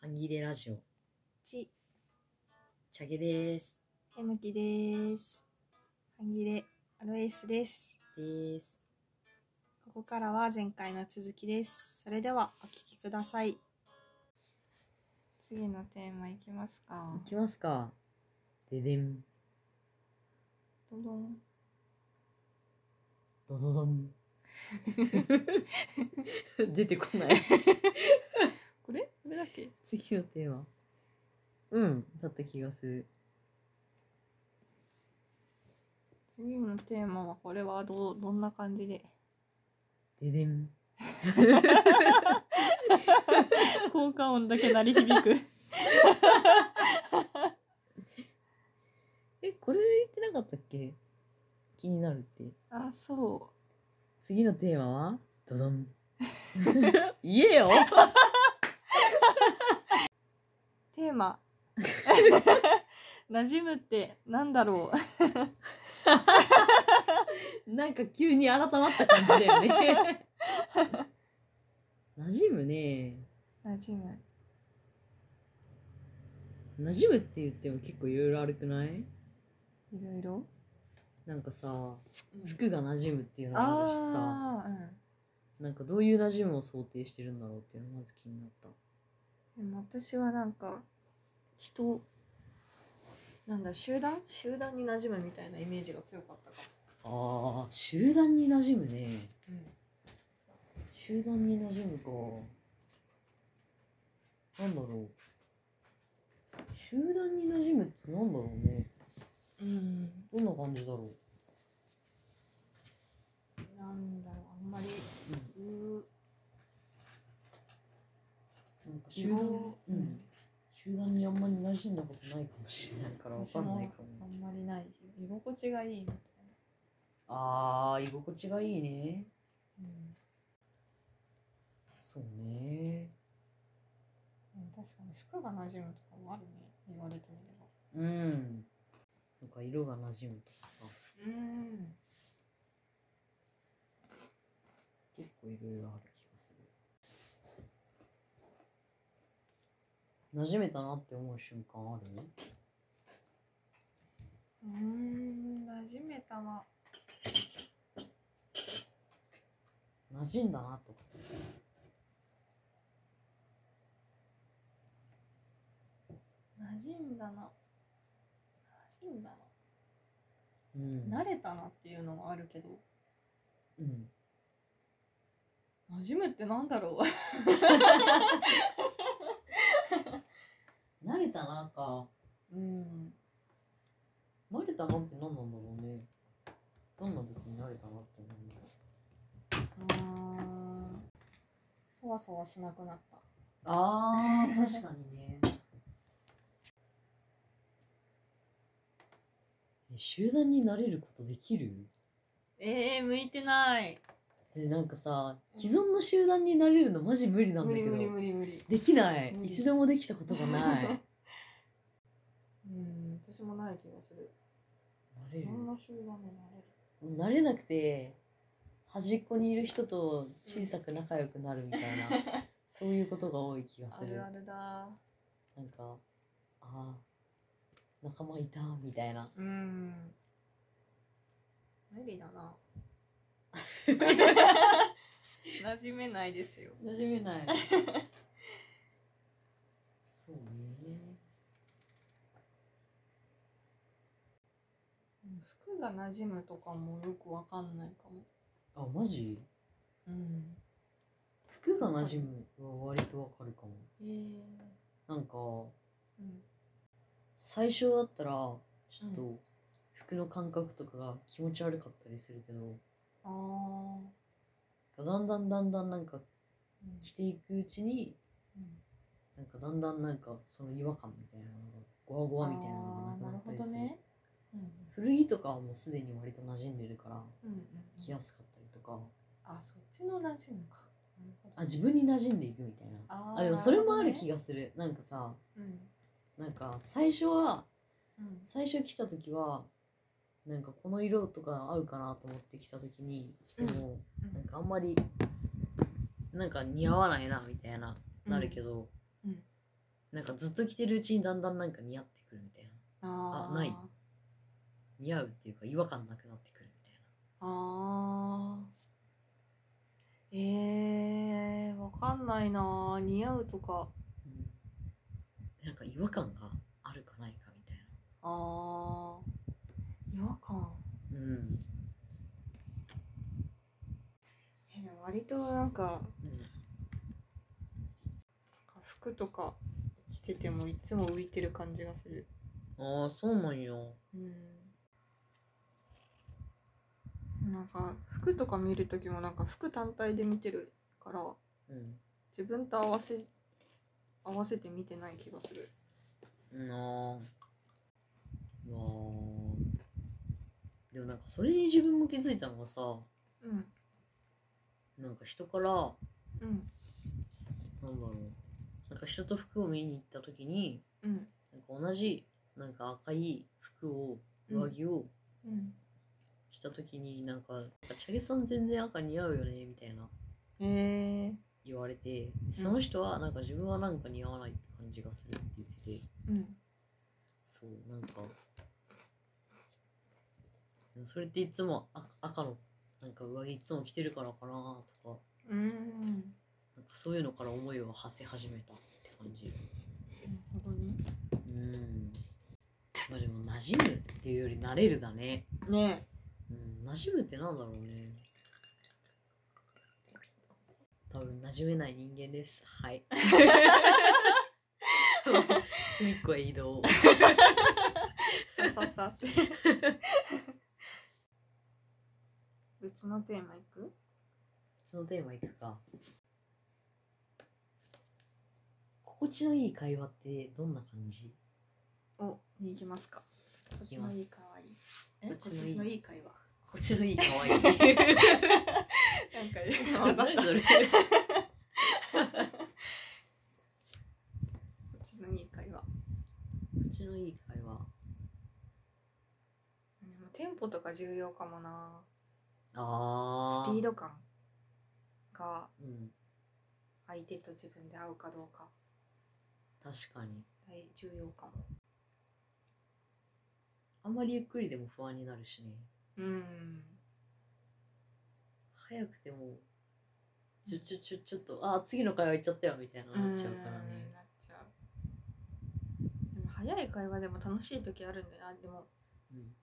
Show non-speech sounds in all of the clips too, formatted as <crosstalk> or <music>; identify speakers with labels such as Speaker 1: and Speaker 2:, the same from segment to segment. Speaker 1: 半切れラジオ、
Speaker 2: ち、
Speaker 1: チャゲです。
Speaker 2: えのきです。半切れ、アロエースです。
Speaker 1: です。
Speaker 2: ここからは前回の続きです。それではお聞きください。次のテーマいきますか
Speaker 1: い。きますか。ででん、
Speaker 2: どどん。
Speaker 1: どどどん。 <laughs> 出てこない。 <laughs>
Speaker 2: これこれだっけ
Speaker 1: 次のテーマ。うん、だった気がする。
Speaker 2: 次のテーマはこれはどう、どんな感じで
Speaker 1: ででん。
Speaker 2: 効果音だけ鳴り響く。
Speaker 1: え、これ言ってなかったっけ気になるって。
Speaker 2: <laughs> あ、そ
Speaker 1: 次のテーマはドドン <laughs> 言えよ <laughs>
Speaker 2: う。テー <laughs> マ。馴染むってなんだろう。
Speaker 1: なんか急に改まった感じだよね <laughs> 馴染むね
Speaker 2: <laughs> 馴染む。
Speaker 1: 馴染むって言っても結構いろいろあるくない
Speaker 2: いろいろ。
Speaker 1: なんかさ服が馴染むっていうのもあるしさ
Speaker 2: ああー、うん。
Speaker 1: なんかどういう馴染むを想定してるんだろうっていうのがまず気になった
Speaker 2: でも私はなんか人なんだ集団集団に馴染むみたいなイメージが強かったか
Speaker 1: あー集団に馴染むね
Speaker 2: も、
Speaker 1: 集団に馴染むかなんだろう集団に馴染むってなんだろうね
Speaker 2: うん、
Speaker 1: どんな感じだろ
Speaker 2: なんだろうあんまり
Speaker 1: う、
Speaker 2: う
Speaker 1: なんか集
Speaker 2: 集
Speaker 1: 団
Speaker 2: 団、
Speaker 1: うん、集団にあんまり馴染んだことないかもしれないからわ
Speaker 2: 私
Speaker 1: かんない
Speaker 2: も
Speaker 1: か
Speaker 2: あ
Speaker 1: も。
Speaker 2: んまりないし居心地がいいみたい
Speaker 1: ああ、居心地がいいね。
Speaker 2: な、
Speaker 1: そうね。
Speaker 2: うん、確かに服が馴染むとかもあるね言われてみれば
Speaker 1: うん。なんか色が馴染むとかさ、
Speaker 2: うん
Speaker 1: 結構いろいろある気がする。馴染めたなって思う瞬間ある
Speaker 2: うん馴染めたな
Speaker 1: 馴染んだなとか。
Speaker 2: 馴染んだな馴染んだ
Speaker 1: うん
Speaker 2: な慣れたなっていうのはあるけど
Speaker 1: うん。
Speaker 2: 馴染むってなんだろう
Speaker 1: 慣れたなか。
Speaker 2: うん、
Speaker 1: 慣れたなって何なんだろうね。どんな時に慣れたなって思うんだろう。
Speaker 2: そわそわしなくなった。
Speaker 1: あー確かにねえ集団になれることできる
Speaker 2: ええ向いてない。
Speaker 1: でなんかさ
Speaker 2: うん
Speaker 1: 既存の集団になれるのマジ無理なんだ
Speaker 2: 無
Speaker 1: け
Speaker 2: 理
Speaker 1: ど
Speaker 2: 無理無理無理。
Speaker 1: できない
Speaker 2: 無理
Speaker 1: 一度もできたことがないな
Speaker 2: <laughs> うん、私もない気がする。
Speaker 1: れる
Speaker 2: そんな集団になれる。
Speaker 1: 慣れなくて端っこにいる人と小さく仲良くなるみたいなそういうことが多い気がする
Speaker 2: るだ。
Speaker 1: なんかあー仲間いたみたいな
Speaker 2: うん。無理だ <laughs> な。馴染めないですよ。
Speaker 1: 馴染めないそうね
Speaker 2: 服が馴染むとかもよくわかんないかも。
Speaker 1: あマジ
Speaker 2: うん。
Speaker 1: 服が馴染むは割とわかるかも
Speaker 2: ええ
Speaker 1: なんか
Speaker 2: うん。
Speaker 1: 最初だったらちょっ
Speaker 2: う
Speaker 1: と服の感覚とかが気持ち悪かったりするけど
Speaker 2: ああ。
Speaker 1: だんだんだんだんなんか
Speaker 2: うん
Speaker 1: 着ていくうちに
Speaker 2: うん
Speaker 1: なんかだんだんなんかその違和感みたいなのがゴワゴワみたいなのがなくなったりする
Speaker 2: あーなるほどねうん
Speaker 1: 古着とかはもうすでに割と馴染んでるから
Speaker 2: うんうん
Speaker 1: 着やすかったりとか
Speaker 2: あそっちの馴染むかなるほど
Speaker 1: あ自分に馴染んでいくみたいな
Speaker 2: あ
Speaker 1: あでもそれもある気
Speaker 2: が
Speaker 1: がするなんかさ
Speaker 2: うん
Speaker 1: なんか最初は
Speaker 2: うん
Speaker 1: 最初来た時はなんかこの色とか合うかなと思って来た時に来ても、
Speaker 2: うん
Speaker 1: なんかあんまりなんか似合わないなみたいななるけど、
Speaker 2: うん
Speaker 1: なんかずっと着てるうちにだんだんなんか似合ってくるみたいな
Speaker 2: あー
Speaker 1: あない似合うっていうか違和感なくなってくるみたいな
Speaker 2: あーえー、わかんないな似合うとか
Speaker 1: うんなんか違和感があるかないかみたい
Speaker 2: あー違和感
Speaker 1: なうん、
Speaker 2: えでも割となんか
Speaker 1: うん、
Speaker 2: 服とか着ててもいつも浮いてる感じがする
Speaker 1: ああそうなんよ
Speaker 2: うんなんか服とか見る時もなんか服単体で見てるから
Speaker 1: うん
Speaker 2: 自分と合わせ合わせて見てない気がする
Speaker 1: うんあーまあでもなんかそれに自分も気づいたのがさ
Speaker 2: うん
Speaker 1: なんか人から
Speaker 2: うん
Speaker 1: なんだろうなんか人と服を見に行った時に
Speaker 2: うん
Speaker 1: なんか同じなんか赤い服を上着を
Speaker 2: うん
Speaker 1: 着た時になんか「なんかチャゲさん全然赤似合うよね」みたいな
Speaker 2: えー、
Speaker 1: 言われてその人はなんか自分はなんか似合わないって感じがするって言ってて
Speaker 2: うん
Speaker 1: そうなんかでもそれっていつも赤赤のなんか上着いつも着てるからかなとか
Speaker 2: うん
Speaker 1: なんかそういうのから思いを馳せ始めたって感じ。
Speaker 2: なるほどね
Speaker 1: うんまあでも馴染むっていうより慣れるだね。
Speaker 2: ね
Speaker 1: うん、馴染むってなんだろうね。多分馴染めない人間です。
Speaker 2: <laughs>
Speaker 1: はい。隅っこへ移
Speaker 2: <laughs>
Speaker 1: 動。 <laughs>
Speaker 2: さささって <laughs> 別のテーマいく
Speaker 1: そのテーマいくか。心地のいい会話ってどんな感じ
Speaker 2: おに行きますかこっちのいい会話にえ
Speaker 1: こ
Speaker 2: こ
Speaker 1: っ
Speaker 2: っ
Speaker 1: ちのいい
Speaker 2: ちのいい会話
Speaker 1: 心地のいい可愛 <laughs> い。
Speaker 2: <laughs> なんか
Speaker 1: そう
Speaker 2: こ
Speaker 1: 何それ。
Speaker 2: っちのいい会話
Speaker 1: 心地のいい会話。
Speaker 2: でもテンポとか重要かもな
Speaker 1: ああ。
Speaker 2: スピード感が
Speaker 1: うん、
Speaker 2: 相手と自分で合うかどうか
Speaker 1: 確かに。
Speaker 2: 大重要かも
Speaker 1: あんまりゆっくりでも不安になるしね。
Speaker 2: うん
Speaker 1: 早くてもちょちょちょちょっとあ次の会話行っちゃったよみたいななっちゃうから
Speaker 2: うん
Speaker 1: ね
Speaker 2: なっちゃうでも早い会話でも楽しい時あるんだよなでも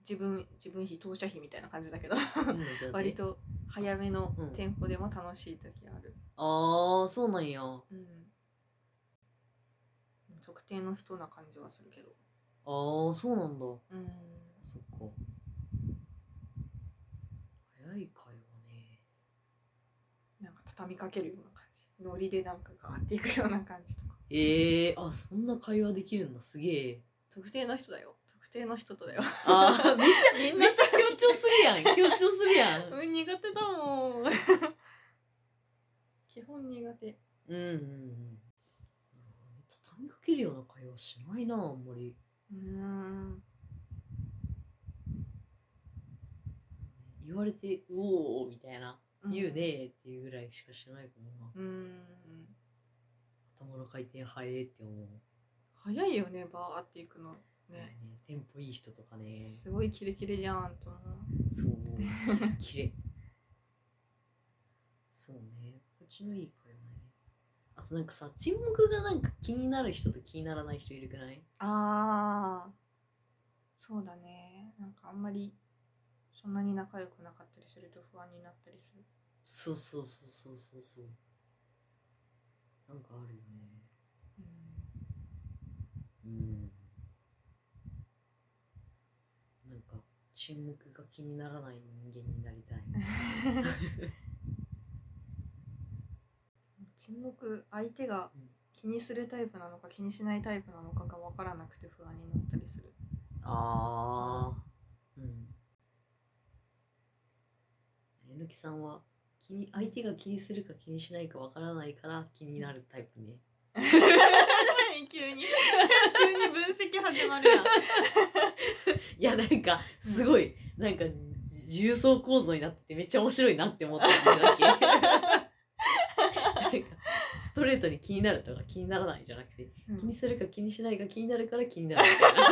Speaker 2: 自分自分費投射費みたいな感じだけど
Speaker 1: うんうん <laughs> じゃあ
Speaker 2: 割と早めの
Speaker 1: うん
Speaker 2: テンポでも楽しい時ある
Speaker 1: ああそうなんやあ
Speaker 2: うん特定の人な感じはするけど
Speaker 1: あーそうなんだ
Speaker 2: うん
Speaker 1: そっか早い会話ね
Speaker 2: なんか畳みかけるような感じノリでなんかガーっていくような感じとか
Speaker 1: えー、あそんな会話できるんだすげえ
Speaker 2: 特定の人だよ特定の人とだ <laughs> よ
Speaker 1: あーめっちゃ
Speaker 2: みん <laughs>
Speaker 1: め
Speaker 2: な
Speaker 1: っちゃ強調するやん <laughs> 強調するやん
Speaker 2: うん苦手だもん <laughs> 基本苦手
Speaker 1: うんうんうん畳みかけるような会話しないなあんまり
Speaker 2: うん
Speaker 1: 言われてうおーみたいな言うねーっていうぐらいしかしないかもな
Speaker 2: うん
Speaker 1: 頭の回転早えって思う、
Speaker 2: 早いよねバーっていくのね
Speaker 1: テンポいい人とかね
Speaker 2: すごいキレキレじゃんと思う
Speaker 1: そうキレそうねこっちのいい声もねあとなんかさ沈黙がなんか気になる人と気にならない人いるくない
Speaker 2: あーそうだねなんかあんまりそんなに仲良くなかったりすると不安になったりする
Speaker 1: そうそうそうそうそうそうなんかあるよね
Speaker 2: う
Speaker 1: う
Speaker 2: ん
Speaker 1: んなんか沈黙が気にならない人間になりたい <laughs>
Speaker 2: 沈黙相手が気にするタイプなのか気にしないタイプなのかが分からなくて不安になったりする
Speaker 1: ああうんえぬきさんは気に相手が気にするか気にしないかわからないから気になるタイプね
Speaker 2: <laughs> 急に急に分析始まるやん
Speaker 1: いやなんかすごい、なんかじ重層構造になっててめっちゃ面白いなって思ったんだけなんかストレートに気になるとか気にならないじゃなくて
Speaker 2: うん
Speaker 1: 気にするか気にしないか気になるから気になるみたいな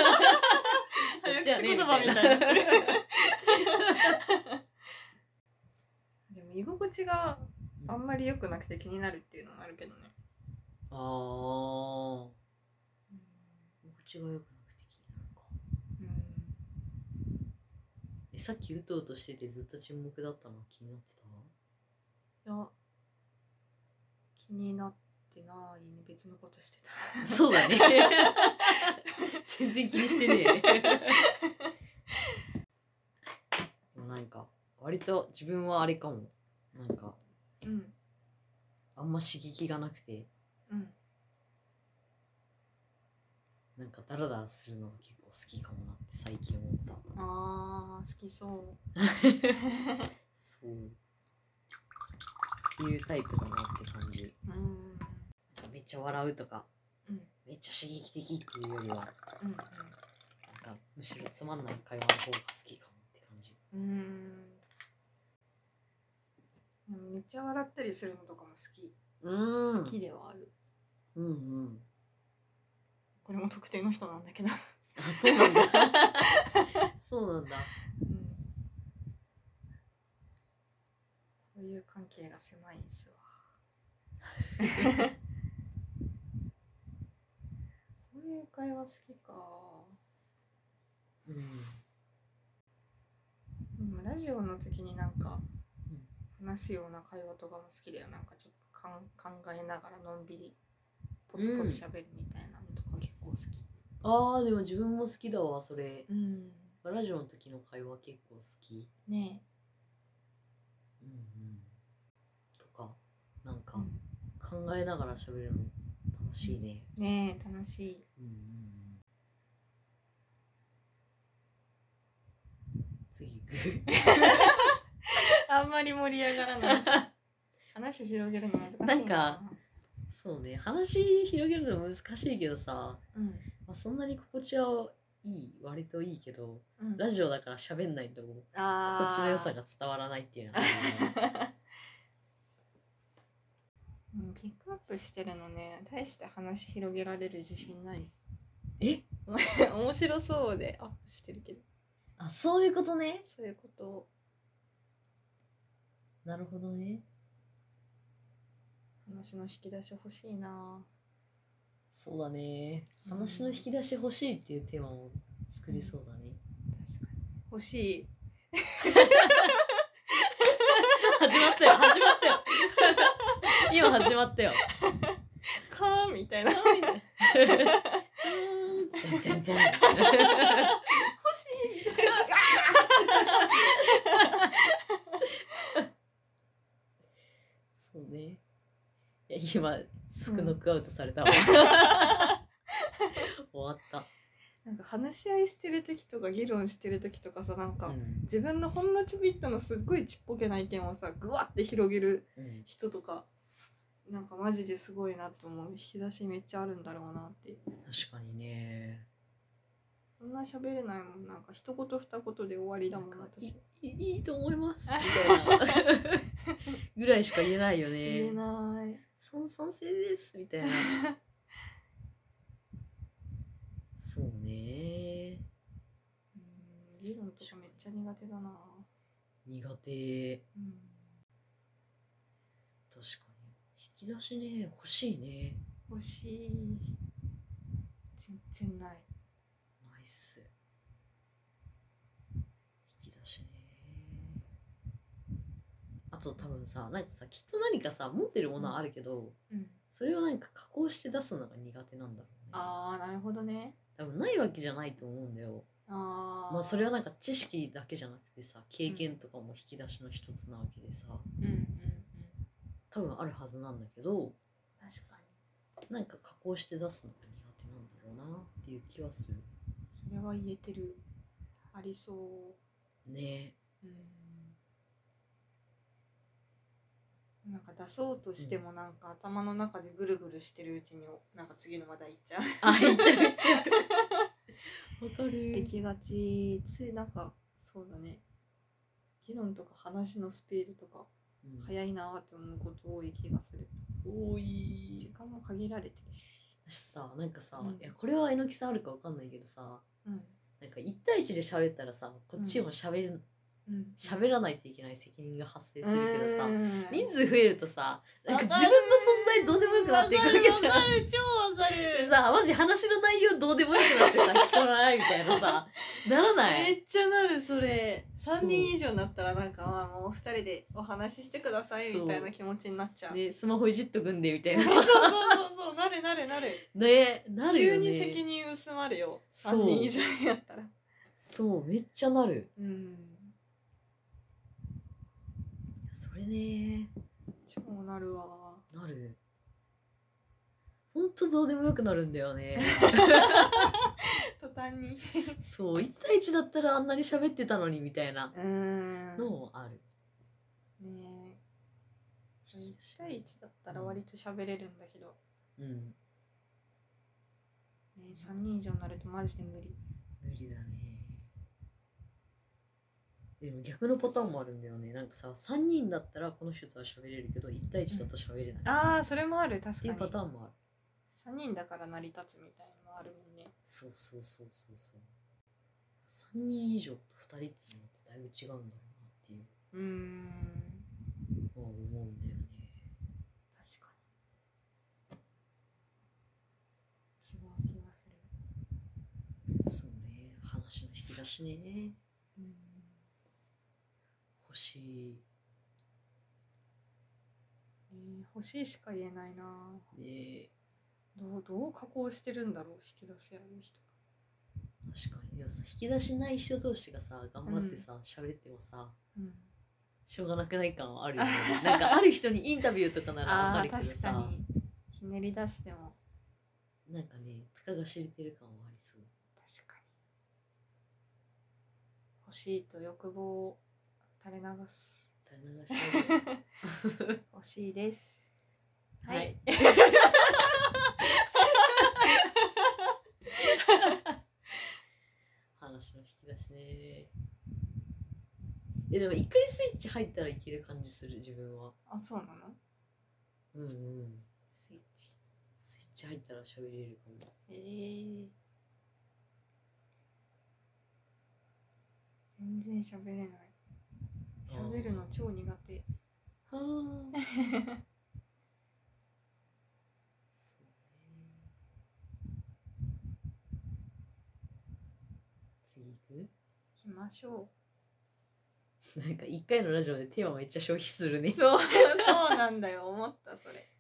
Speaker 2: 早
Speaker 1: じゃあ
Speaker 2: 口
Speaker 1: ね
Speaker 2: 言葉みたいな。でも居心地があんまり良くなくて気になるっていうのもあるけどね。
Speaker 1: ああお口が良くなくて気になるか
Speaker 2: うん
Speaker 1: えさっきうとうとしててずっと沈黙だったの気になってた
Speaker 2: いや、気になってないね。別のことしてた。
Speaker 1: そうだね全然気にしてねえでもなんか割と自分はあれかもなんか
Speaker 2: うん。
Speaker 1: あんま刺激がなくて
Speaker 2: うん。
Speaker 1: なんかダラダラするのが結構好きかもなって最近思った
Speaker 2: ああ、好きそ
Speaker 1: そうっていうタイプだなって感じ
Speaker 2: う。うん。
Speaker 1: なんかめっちゃ笑うとか
Speaker 2: うん。
Speaker 1: めっちゃ刺激的っていうよりは
Speaker 2: うん。
Speaker 1: なんかむしろつまんない会話の方が好きかもって感じ
Speaker 2: うん。うんめっちゃ笑ったりするのとかも好き。
Speaker 1: う
Speaker 2: 好きではある。
Speaker 1: うんうん
Speaker 2: これも特定の人なんだけど。
Speaker 1: あそうなんだそうなんだ
Speaker 2: こういう関係が狭いん
Speaker 1: <laughs>
Speaker 2: すわ。こういう会話好きか。
Speaker 1: うん
Speaker 2: うんラジオの時になんか
Speaker 1: うん
Speaker 2: 話すような会話とかも好きだよ。なんかちょっとかん考えながらのんびりポツポツ喋るみたいなのとか結構好き。
Speaker 1: あーでも自分も好きだわそれ
Speaker 2: うん。
Speaker 1: ラジオの時の会話結構好き
Speaker 2: ね
Speaker 1: うんうんとかなん
Speaker 2: え
Speaker 1: か。考えながら喋るの楽しいね
Speaker 2: ねえ、楽しい。
Speaker 1: うんうんうん次行く <laughs>
Speaker 2: あんまり盛り上がらない。 <laughs> 話広げるの難しい
Speaker 1: なんか、そうね話広げるの難しいけどさ、
Speaker 2: うん
Speaker 1: まあ、そんなに心地はいい割といいけど
Speaker 2: うん、
Speaker 1: ラジオだから喋んないと思う
Speaker 2: あ
Speaker 1: 心
Speaker 2: ー
Speaker 1: 地の良さが伝わらないっていうの <laughs> はあるね
Speaker 2: <laughs> うんピックアップしてるのね大して話広げられる自信ない
Speaker 1: え
Speaker 2: <laughs> 面白そうでアップしてるけど
Speaker 1: あそういうことね
Speaker 2: そういうことを
Speaker 1: なるほどね
Speaker 2: 話の引き出し欲しいな
Speaker 1: そうだね話の引き出し欲しいっていうテーマを作りそうだね、
Speaker 2: 確かに欲しい
Speaker 1: 始まったよ始まったよ今始まったよ
Speaker 2: かーみたいな欲
Speaker 1: じゃんじゃんじゃん
Speaker 2: しいみたいな
Speaker 1: そうねいや今即ノックアウトされたわ、終わった、
Speaker 2: なんか話し合いしてる時とか議論してる時とかさなんか、
Speaker 1: うん
Speaker 2: 自分のほんのちょびっとのすっごいちっぽけな意見をさぐわって広げる
Speaker 1: うん、
Speaker 2: 人とかなんかマジですごいなと思う引き出しめっちゃあるんだろうなって
Speaker 1: 確かにね
Speaker 2: そんな喋れないもんなんか一言二言で終わりだもん
Speaker 1: なんか
Speaker 2: 私
Speaker 1: いいいいと思いますみ <laughs> たいなぐらいしか言えないよね
Speaker 2: 言えない
Speaker 1: そん賛成ですみたいなそうね
Speaker 2: うん議論とかめっちゃ苦手だな
Speaker 1: 苦手
Speaker 2: うん
Speaker 1: 確かに引き出しね欲しいね
Speaker 2: 欲しい全然ない
Speaker 1: ナイス引き出しねあと多分さなんかさきっと何かさ持ってるものはあるけど、
Speaker 2: うん
Speaker 1: それをなんか加工して出すのが苦手なんだろうね
Speaker 2: ああなるほどね
Speaker 1: 多分ないわけじゃないと思うんだよ
Speaker 2: ああ
Speaker 1: まあそれ
Speaker 2: は
Speaker 1: はなんか知識だけじゃなくてさ経験とかも引き出しの一つなわけでさ
Speaker 2: うんうんうん
Speaker 1: 多分あるはずなんだけど
Speaker 2: 確かに
Speaker 1: なんか加工して出すのが苦手なんだろうなっていう気はする
Speaker 2: それは言えてるありそう
Speaker 1: ね
Speaker 2: うんなんか出そうとしてもなんか頭の中でぐるぐるしてるうちになんか次の話題いっちゃう
Speaker 1: あいっちゃういっちゃうわか
Speaker 2: <laughs> で
Speaker 1: る
Speaker 2: きがちついなんかそうだね議論とか話のスピードとか
Speaker 1: うん
Speaker 2: 早いなーって思うこと多い気がする
Speaker 1: 多い
Speaker 2: 時間も限られてるし。
Speaker 1: 私さなんかさ、
Speaker 2: うん
Speaker 1: いやこれはえのきさんあるかわかんないけどさ
Speaker 2: うん。
Speaker 1: なんか1対1で喋ったらさこっちも喋る
Speaker 2: うん。
Speaker 1: 喋らないといけない責任が発生するけどさ
Speaker 2: うん
Speaker 1: 人数増えるとさなんか
Speaker 2: わ
Speaker 1: 自
Speaker 2: か
Speaker 1: 分の存在
Speaker 2: る
Speaker 1: どうでもよくなっていくわけじゃ
Speaker 2: わ
Speaker 1: ん
Speaker 2: かるわかる超わか
Speaker 1: で
Speaker 2: る。
Speaker 1: さマジ話の内容どうでもよくな
Speaker 2: <laughs>
Speaker 1: ってさ聞こえないみたいなさならな
Speaker 2: め
Speaker 1: い
Speaker 2: っちゃなるそれ
Speaker 1: そう
Speaker 2: 3人以上になったらなんかまあもうお二人でお話ししてくださいみたいな気持ちになっちゃう、
Speaker 1: でスマホいじっとくんでみたいな
Speaker 2: そう
Speaker 1: さ
Speaker 2: そうそうそうなるなるな <laughs> る
Speaker 1: ねなるよね
Speaker 2: 急に責任薄まるよ
Speaker 1: そう
Speaker 2: 3人以上になったら
Speaker 1: そうめっちゃなる
Speaker 2: うん
Speaker 1: いやそれね
Speaker 2: 超なるわ
Speaker 1: なるほんとどうでもよくなるんだよ
Speaker 2: <laughs>
Speaker 1: ね
Speaker 2: 途端に
Speaker 1: そう1対1だったらあんなに喋ってたのにみたいな
Speaker 2: うん
Speaker 1: のもある
Speaker 2: ねえ1対1だったら割と喋れるんだけど、
Speaker 1: うん
Speaker 2: ね、3人以上になるとマジで無理
Speaker 1: 無理だねでも逆のパターンもあるんだよねなんかさ3人だったらこの人とは喋れるけど1対1だと喋れない、っ
Speaker 2: ああそれもある確
Speaker 1: ていう
Speaker 2: か
Speaker 1: パ
Speaker 2: に
Speaker 1: ターンもある
Speaker 2: 3人だから成り立つみたいのもあるもんね
Speaker 1: そうそうそうそうそう3人以上と2人っていうのってだいぶ違うんだろうなっていう
Speaker 2: うーん
Speaker 1: のは思うんだよね
Speaker 2: 確かに違う気がする
Speaker 1: そうね話の引き出しね
Speaker 2: うん
Speaker 1: 欲しい
Speaker 2: えー欲しいしか言えないな
Speaker 1: ね
Speaker 2: どうどう加工してるんだろう引き出しある人
Speaker 1: 確かにでもさ引き出しない人同士がさ頑張ってさ喋、ってもさ
Speaker 2: うん
Speaker 1: しょうがなくない感はあるよねなんかある人にインタビューとかならわか
Speaker 2: あ
Speaker 1: るけ
Speaker 2: ー
Speaker 1: ど
Speaker 2: 確か
Speaker 1: さ
Speaker 2: にひねり出しても
Speaker 1: なんかね、たかが知れてる感はありそう。
Speaker 2: 確かに欲しいと欲望を垂れ流す
Speaker 1: 垂れ流しながら
Speaker 2: 欲しいです
Speaker 1: はい。話の引き出しね。え、でも一回スイッチ入ったらいける感じする、自分は。
Speaker 2: あそうなの
Speaker 1: うんうん。
Speaker 2: スイッチ
Speaker 1: スイッチ入ったら喋れるかも。
Speaker 2: えー、全然喋れない喋るの超苦手
Speaker 1: <laughs> はあ。そうね。次行く
Speaker 2: 行きましょ
Speaker 1: なんか一回のラジオでテーマめっちゃ消費する
Speaker 2: う
Speaker 1: ね。
Speaker 2: そうそうなんだよ思ったそれ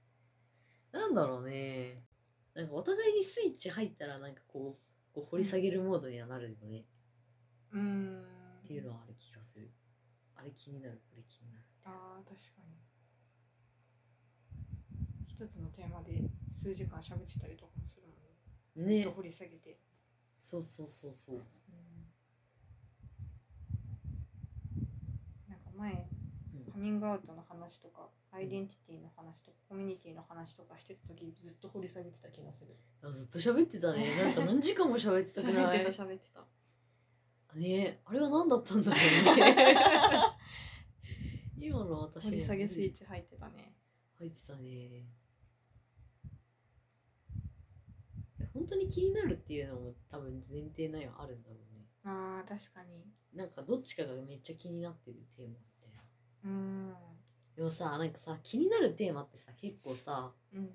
Speaker 1: なんだろうね。なんかお互いにスイッチ入ったらなんかこう、こう掘り下げるモードにはなるよね。
Speaker 2: うーん
Speaker 1: っていうのはある気がする。あれ気になる、これ気になる。
Speaker 2: あー確かに一つのテーマで数時間喋ってたりとかもするもんね
Speaker 1: ね
Speaker 2: ずっと掘り下げて、
Speaker 1: そうそうそうそう。
Speaker 2: なんか前
Speaker 1: うん
Speaker 2: カミングアウトの話とかアイデンティティの話とかコミュニティの話とかしてた時ずっと掘り下げてた気がする
Speaker 1: あずっと喋ってたね。なんか何時間も喋ってたく
Speaker 2: 喋っ
Speaker 1: な
Speaker 2: て
Speaker 1: い
Speaker 2: た喋ってた
Speaker 1: ねあれは何だったんだろう
Speaker 2: <laughs>
Speaker 1: ね。今の私
Speaker 2: 掘り下げスイッ
Speaker 1: チ
Speaker 2: チ入ってたね
Speaker 1: 入ってたね。いや本当に気になるっていうのも多分前提内はあるんだろうね。
Speaker 2: あー確かに
Speaker 1: なんかどっちかがめっちゃ気になってるテーマみたいな。
Speaker 2: うーん
Speaker 1: でもさなんかさ気になるテーマってさ結構さ
Speaker 2: うん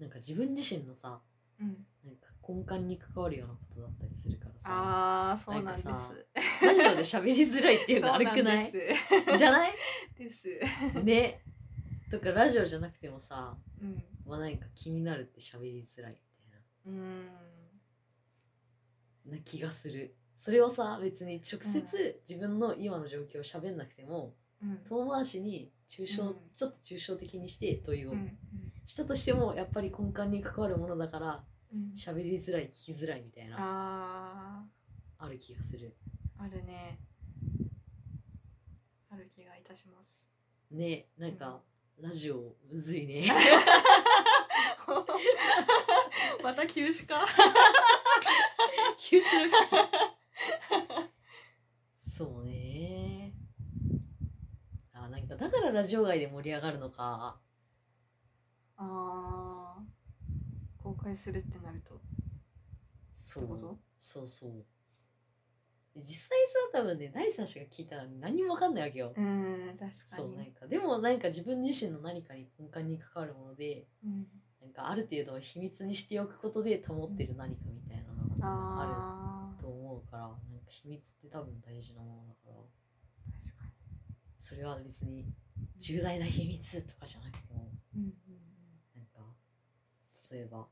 Speaker 1: なんか自分自身のさ
Speaker 2: うん
Speaker 1: なんか根幹に関わるようなことだったりするからさ
Speaker 2: あーそうなんです
Speaker 1: なんかさラジオで喋りづらいっていうの悪くない
Speaker 2: そう
Speaker 1: じゃない
Speaker 2: んですです
Speaker 1: ねとかラジオじゃなくてもさ
Speaker 2: うん
Speaker 1: まあなんか気になるって喋りづらいみたいう
Speaker 2: ーん
Speaker 1: なな気がするそれをさ別に直接自分の今の状況を喋んなくても、
Speaker 2: うん
Speaker 1: 遠回しに抽象、
Speaker 2: うん
Speaker 1: ちょっと抽象的にして問いうを、
Speaker 2: んうん
Speaker 1: したとしてもやっぱり根幹に関わるものだから
Speaker 2: うん
Speaker 1: 喋りづらい聞きづらいみたいな
Speaker 2: あー
Speaker 1: ある気がする
Speaker 2: あるね。ある気がいたします。
Speaker 1: ねなんか、ラジオむずいね
Speaker 2: <laughs> また休止か。
Speaker 1: 九州の聞きそうねあなんかだからラジオ外で盛り上がるのか
Speaker 2: これするってなるとっ
Speaker 1: そ
Speaker 2: てこと
Speaker 1: うそうそう実際さ多分ね第三者が聞いたら何も分かんないわけよ、
Speaker 2: うん確か
Speaker 1: そうなん
Speaker 2: に
Speaker 1: かでもなんか自分自身の何かに根幹に関わるもので
Speaker 2: うん
Speaker 1: なんかある程度秘密にしておくことで保ってる何かみたいなのがある
Speaker 2: ああ
Speaker 1: と思うからなんか秘密って多分大事なものだから
Speaker 2: 確か
Speaker 1: それは別に重大な秘密とかじゃなくても
Speaker 2: にうんうん
Speaker 1: なんか例えば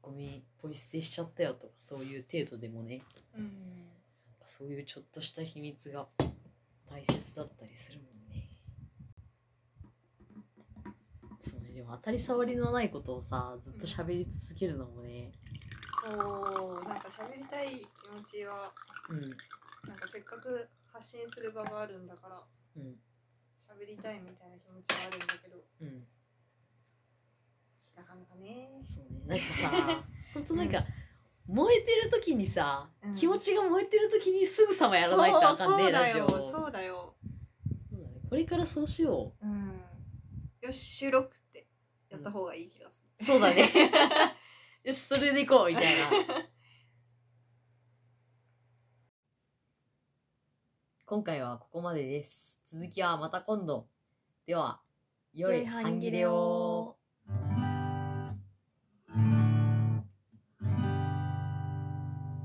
Speaker 1: ゴミポイ捨てしちゃったよとかそういう程度でもね
Speaker 2: うんうん
Speaker 1: なんかそういうちょっとした秘密が大切だったりするもんね。そうねでも当たり障りのないことをさずっと喋り続けるのもね、
Speaker 2: そうなんか喋りたい気持ちは
Speaker 1: うん
Speaker 2: なんかせっかく発信する場があるんだから
Speaker 1: うん
Speaker 2: 喋りたいみたいな気持ちはあるんだけど
Speaker 1: うん、
Speaker 2: なかなかね
Speaker 1: そうねなんか <laughs> さほんとなんか、燃えてる時にさ、
Speaker 2: うん
Speaker 1: 気持ちが燃えてる時にすぐさまやらないとあかんねラジオ
Speaker 2: そうそうだよ
Speaker 1: そうだねこれからそうしよ
Speaker 2: そうだようんよし収録ってやった方がいい気がする、
Speaker 1: うそうだね <laughs> よしそれでいこうみたいな <laughs> 今回はここまでです続きはまた今度では良い半切れを。